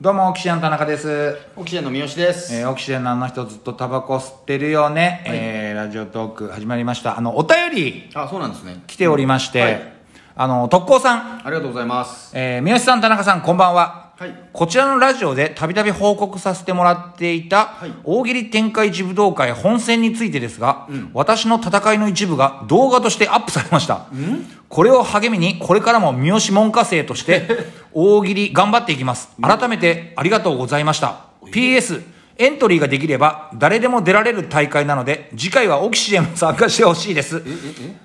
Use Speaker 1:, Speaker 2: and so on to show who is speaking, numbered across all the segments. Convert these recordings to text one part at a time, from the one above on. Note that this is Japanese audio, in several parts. Speaker 1: どうもオキシデンの田中です、
Speaker 2: オキシデンの三好です、
Speaker 1: えーオキシデンのあの人ずっとタバコ吸ってるよね、えーラジオトーク始まりましたあのお便り
Speaker 2: あそうなんですね
Speaker 1: 来ておりまして、
Speaker 2: はい
Speaker 1: あの特攻さん、
Speaker 2: ありがとうございます
Speaker 1: えー、三好さん田中さんこんばんは
Speaker 2: はい
Speaker 1: こちらのラジオでたびたび報告させてもらっていた
Speaker 2: はい
Speaker 1: 大喜利展開一武道会本戦についてですが、私の戦いの一部が動画としてアップされましたこれを励みにこれからも三好文科生として 大喜利頑張っていきます改めてありがとうございました PS エントリーができれば誰でも出られる大会なので次回はオキシエンも参加してほしいです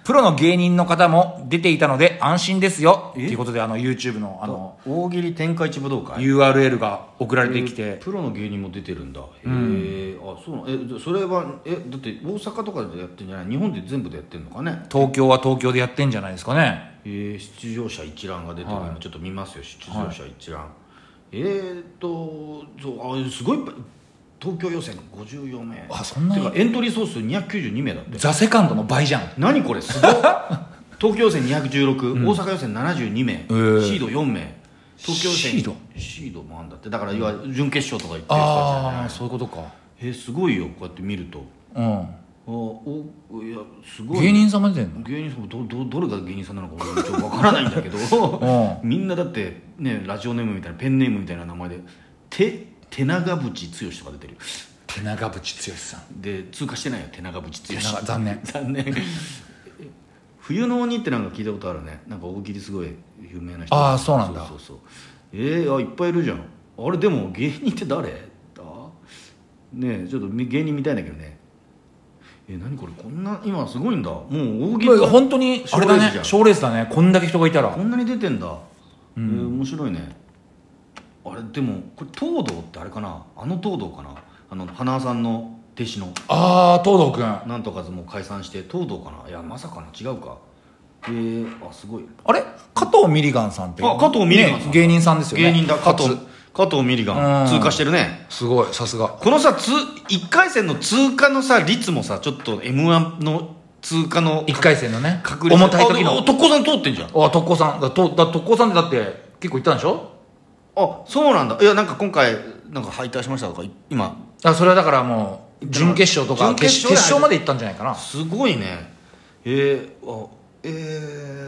Speaker 1: プロの芸人の方も出ていたので安心ですよということであの YouTube のあの
Speaker 2: 大喜利展開一武道会
Speaker 1: URL が送られてきて
Speaker 2: プロの芸人も出てるんだへえ、あそうなんえじゃあそれはえだって大阪とかでやってんじゃない日本で全部でやってんのかね
Speaker 1: 東京は東京でやってんじゃないですかね
Speaker 2: えー、出場者一覧が出てるの、ちょっと見ますよ出場者一覧、えー、っとそうあすごいいっぱい東京予選54名
Speaker 1: あそんなに
Speaker 2: てかエントリー総数292名だって
Speaker 1: ザ・セカンドの倍じゃん
Speaker 2: 何これすごい 東京予選216、大阪予選72名、
Speaker 1: ー
Speaker 2: シード4名東京予選
Speaker 1: シード
Speaker 2: シードもあんだってだからいわゆる準決勝とか行ってる人たちじゃ
Speaker 1: あ
Speaker 2: な
Speaker 1: あ
Speaker 2: い
Speaker 1: そういうことか
Speaker 2: えすごいよこうやって見ると
Speaker 1: う
Speaker 2: あおいやすご
Speaker 1: ん
Speaker 2: い
Speaker 1: 芸人さんも出てんの
Speaker 2: 芸人さんどどどれが芸人さんなのか俺もちょっとわからないんだけど
Speaker 1: う
Speaker 2: みんなだってねラジオネームみたいなペンネームみたいな名前で手手長渕剛とか出てる
Speaker 1: 手長渕剛さん
Speaker 2: で通過してないよ手長渕
Speaker 1: 手長
Speaker 2: 剛
Speaker 1: 残念
Speaker 2: 残念冬の鬼ってなんか聞いたことあるねなんか大喜利すごい有名な人
Speaker 1: ああそうなんだ
Speaker 2: そうそうそうえー、あいっぱいいるじゃんあれでも芸人って誰だねえちょっとみ芸人みたいんだけどねえー、何これこんな今すごいんだもう大喜利
Speaker 1: 本当にあれだ
Speaker 2: 賞
Speaker 1: ね
Speaker 2: レースじゃん
Speaker 1: 賞レースだねこんだけ人がいたら
Speaker 2: こんなに出てんだ、えー面白いねあれでもこれ東堂ってあれかなあの東堂かなあの花輪さんの弟子の
Speaker 1: ああ東堂君
Speaker 2: なんとかずもう解散して東堂かないやまさかな違うかえー、あすごい
Speaker 1: あれ加藤ミリガンさんって
Speaker 2: あ加藤ミリガンさんだ、
Speaker 1: ね芸人さんですよね
Speaker 2: 芸人だ加藤
Speaker 1: 初
Speaker 2: 加藤ミリガ
Speaker 1: うん
Speaker 2: ン通過してるね
Speaker 1: すごいさすが
Speaker 2: このさつ1回戦の通過のさ率もさちょっと m 1の通過の
Speaker 1: 一回戦のね
Speaker 2: 確率
Speaker 1: 重たい時
Speaker 2: あで
Speaker 1: の
Speaker 2: も特攻さん通ってんじゃん
Speaker 1: あ特攻さんだとだ特攻さんってだって結構いったんでしょ
Speaker 2: あそうなんだいやなんか今回なんか敗退しましたとかい今
Speaker 1: あそれはだからもう準決勝とか
Speaker 2: 準決
Speaker 1: 決
Speaker 2: 勝
Speaker 1: 決勝までいったんじゃないかな
Speaker 2: すごいねえー、あえ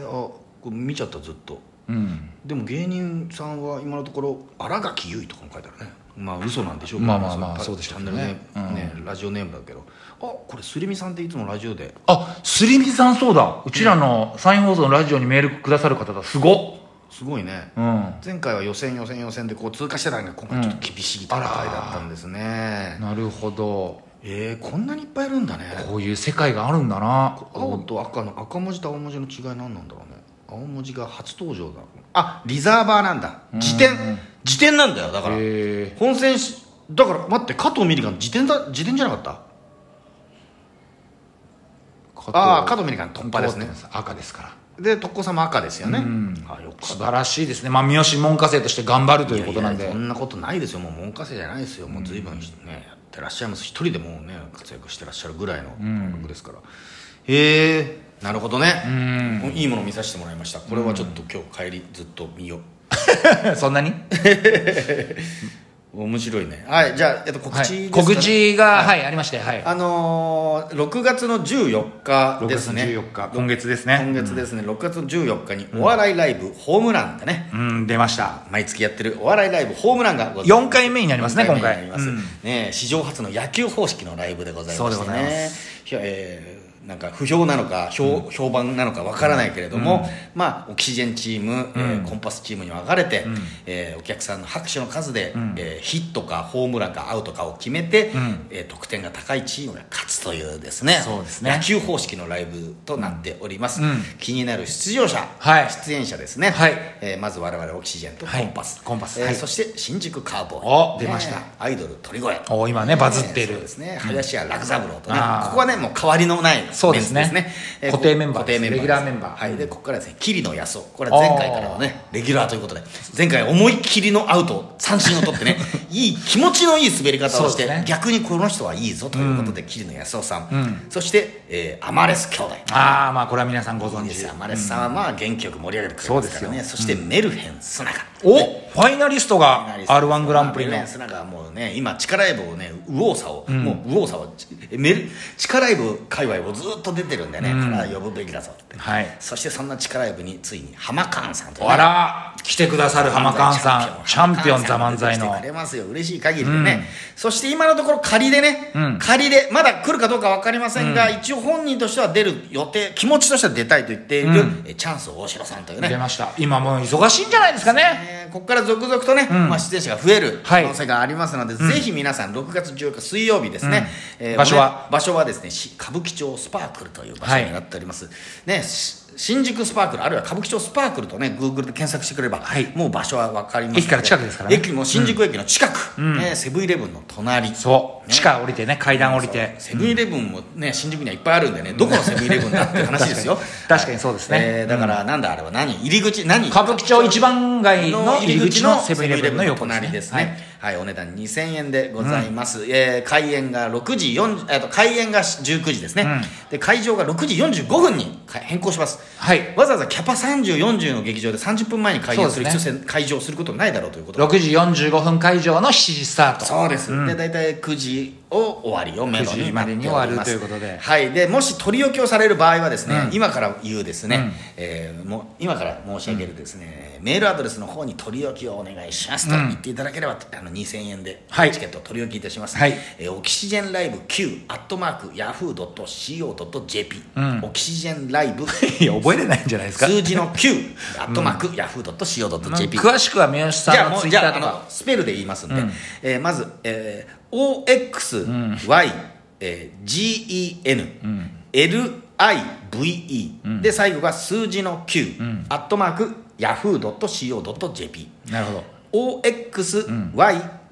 Speaker 2: ー、あこれ見ちゃったずっと
Speaker 1: うん
Speaker 2: でも芸人さんは今のところ新垣結衣とかも書いてあるねまあ嘘なんでしょう
Speaker 1: まあまあまあ
Speaker 2: パ
Speaker 1: そうでしょう
Speaker 2: チ
Speaker 1: ね
Speaker 2: ャンネルね,、
Speaker 1: うん
Speaker 2: ねラジオネームだけどあこれすりみさんっていつもラジオで
Speaker 1: あすりみさんそうだうちらのサイン放送のラジオにメールくださる方だすごっ
Speaker 2: すごいね、
Speaker 1: うん
Speaker 2: 前回は予選予選予選でこう通過してたんが今回ちょっと厳しい戦いだったんですね、
Speaker 1: なるほど
Speaker 2: えー、こんなにいっぱいいるんだね
Speaker 1: こういう世界があるんだな
Speaker 2: 青と赤の赤文字と青文字の違い何なんだろうね青文字が初登場だあリザーバーなんだ辞典辞典なんだよだから
Speaker 1: へえ
Speaker 2: 本戦しだから待って加藤ミリガン辞典だ辞典じゃなかったああ加藤ミリガン突破ですね
Speaker 1: 赤ですから
Speaker 2: で特攻さんも赤ですよねあよかった
Speaker 1: 素晴らしいですねまあ三好門下生として頑張るということなん
Speaker 2: いや
Speaker 1: で
Speaker 2: いやそんなことないですよもう文科生じゃないですよもう随分ねやってらっしゃいます一人でもうね活躍してらっしゃるぐらいの感覚ですから、へえなるほどねいいもの見させてもらいましたこれはちょっと今日帰りずっと見よう
Speaker 1: そんなに
Speaker 2: 面白いねはいじゃあ、えっと、告知
Speaker 1: はい
Speaker 2: ですかね
Speaker 1: 告知がはいありましてはい
Speaker 2: あのー、6月の14日ですね
Speaker 1: 6月14日今月です
Speaker 2: 今月ですね、6月の14日にお笑いライブ、ホームランだね
Speaker 1: うん出ました
Speaker 2: 毎月やってるお笑いライブホームランがございます
Speaker 1: 4回目になりますね今
Speaker 2: 四
Speaker 1: 回
Speaker 2: 目になります
Speaker 1: うん
Speaker 2: ねえ史上初の野球方式のライブでございまして
Speaker 1: そうでございま
Speaker 2: ねひょえーなんか不評なのか評,、評判なのかわからないけれども、まあ、オキシジェンチーム、えーコンパスチームに分かれて、えーお客さんの拍手の数で、えーヒットかホームランかアウトかを決めて、えー得点が高いチームが勝つというですね
Speaker 1: そうですね
Speaker 2: 野球方式のライブとなっております、
Speaker 1: うん
Speaker 2: 気になる出場者、
Speaker 1: はい
Speaker 2: 出演者ですね、
Speaker 1: はい
Speaker 2: えーまず我々オキシジェンと
Speaker 1: はい
Speaker 2: コンパス、
Speaker 1: コンパス
Speaker 2: えー
Speaker 1: はい
Speaker 2: そして新宿カーボーイ
Speaker 1: お出ました
Speaker 2: ねアイドル鳥越
Speaker 1: お今ねバズっている
Speaker 2: そうですね林家楽三郎とね
Speaker 1: あー
Speaker 2: ここはねもう変わりのないメンツ
Speaker 1: そうですね
Speaker 2: えー
Speaker 1: 固定メンバー
Speaker 2: 固定メンバー
Speaker 1: レギュラーメンバー
Speaker 2: はいでここからですね桐野安男これは前回からのねレギュラーということで前回思いっきりのアウト三振を取っ てねいい気持ちのいい滑り方をし
Speaker 1: そうで
Speaker 2: て、
Speaker 1: すね
Speaker 2: 逆にこの人はいいぞということで桐野安男さん、そして、えーアマレス兄弟
Speaker 1: ああまあこれは皆さんご
Speaker 2: そう
Speaker 1: 存
Speaker 2: で
Speaker 1: 知
Speaker 2: すよマレスさんはまあ元気よく盛り上げてくれ
Speaker 1: そう
Speaker 2: ま
Speaker 1: ですす
Speaker 2: か
Speaker 1: よ
Speaker 2: らねそしてメルヘン・スナカ
Speaker 1: おファイナリスト
Speaker 2: ファイナ
Speaker 1: が
Speaker 2: リですよ
Speaker 1: R1 グランプリの
Speaker 2: まあメンスなんかもうね今力エブをね右往左往、もう右往左往メル力エブ界隈をずっと出てるんでね、これは呼ぶべきだぞって、
Speaker 1: はい
Speaker 2: そしてそんな力エブについに浜ンさんとね
Speaker 1: あら来てくださる浜川さんチャンピオンザ漫才
Speaker 2: 来
Speaker 1: の
Speaker 2: てくれますよ嬉しい限りでね、そして今のところ仮でね、
Speaker 1: ん
Speaker 2: 仮でまだ来るかどうか分かりませんが、一応本人としては出る予定気持ちとしては出たいと言っている、えチャンス大城さんというね
Speaker 1: 出ました今もう忙しいんじゃないですかね
Speaker 2: えーここから続々とね、まあ、出演者が増える
Speaker 1: は
Speaker 2: 可
Speaker 1: い
Speaker 2: 能性がありますので、ぜひ皆さん6月14日水曜日ですね、えー
Speaker 1: 場所は
Speaker 2: おね場所はですねし歌舞伎町スパークルという場所になっております、ねし新宿スパークルあるいは歌舞伎町スパークルとね Google で検索してくれば、もう場所は分かりますの
Speaker 1: 駅から近くですからね
Speaker 2: 駅も新宿駅の近く、ね、セブンイレブンの隣
Speaker 1: そう
Speaker 2: ね
Speaker 1: 地下降りてね階段降りて
Speaker 2: セブンイレブンもね、新宿にはいっぱいあるんでね、どこのセブンイレブンだって話ですよ。
Speaker 1: 確かにそうですね
Speaker 2: えーだから、なんだあれは何入り口、何
Speaker 1: 歌舞伎町一番街の入り口のセブンイレブンの横です
Speaker 2: 隣
Speaker 1: ね
Speaker 2: ですね。はい、お値段2000円でございます。えー開演が6時4、えっと、開演が19時ですね。で、会場が6時45分にか変更します。
Speaker 1: はい
Speaker 2: わざわざキャパ30、40の劇場で30分前に開演する
Speaker 1: そうです
Speaker 2: 必要性、開場することないだろうということで
Speaker 1: 6時45分会場の7時スタート
Speaker 2: そうです、で大体9時を終わりをめど
Speaker 1: 9時
Speaker 2: に
Speaker 1: までに終わるということで
Speaker 2: はい、でもし取り置きをされる場合はですね、今から言うですね、えーもう今から申し上げるですね、メールアドレスの方に取り置きをお願いしますと言っていただければ、あの2000円で
Speaker 1: はい
Speaker 2: チケットを取り置きいたします、
Speaker 1: はい
Speaker 2: えーオキシジェンライブ Q アットマークヤフー .co.jp、オキシジェンライブ
Speaker 1: いや覚えれないんじゃないですか
Speaker 2: 数字の Q アットマークヤフー .co.jp、
Speaker 1: 詳しくは三好
Speaker 2: じ
Speaker 1: さ
Speaker 2: ゃあ
Speaker 1: んの
Speaker 2: も
Speaker 1: ツ
Speaker 2: う
Speaker 1: イッ
Speaker 2: じ
Speaker 1: タ
Speaker 2: ゃ
Speaker 1: ーと
Speaker 2: ああ
Speaker 1: か
Speaker 2: のスペルで言いますんで、えーまず、えー OXYGEN、えー GEN LIVE、で最後が数字の Q、アットマーク yahoo.co.jp
Speaker 1: なるほど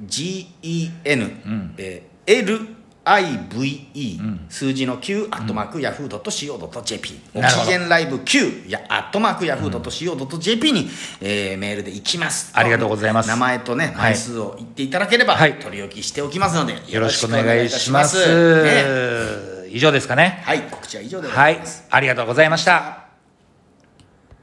Speaker 2: OXYGEN、えー LIVE、数字の Q アットマーク Yahoo.co.jp オ
Speaker 1: なる
Speaker 2: キ
Speaker 1: ほど
Speaker 2: シジェンライブ Q やアットマーク Yahoo.co.jp に、えーメールで行きます
Speaker 1: ありがとうございます
Speaker 2: 名前とね
Speaker 1: はい
Speaker 2: 枚数を言っていただければ、
Speaker 1: はい
Speaker 2: 取り置きしておきますので
Speaker 1: よろしくお願いします
Speaker 2: よろしくお願いいたしますね
Speaker 1: 以上ですかね
Speaker 2: はい告知は以上でござ
Speaker 1: はいい
Speaker 2: ます、
Speaker 1: ありがとうございました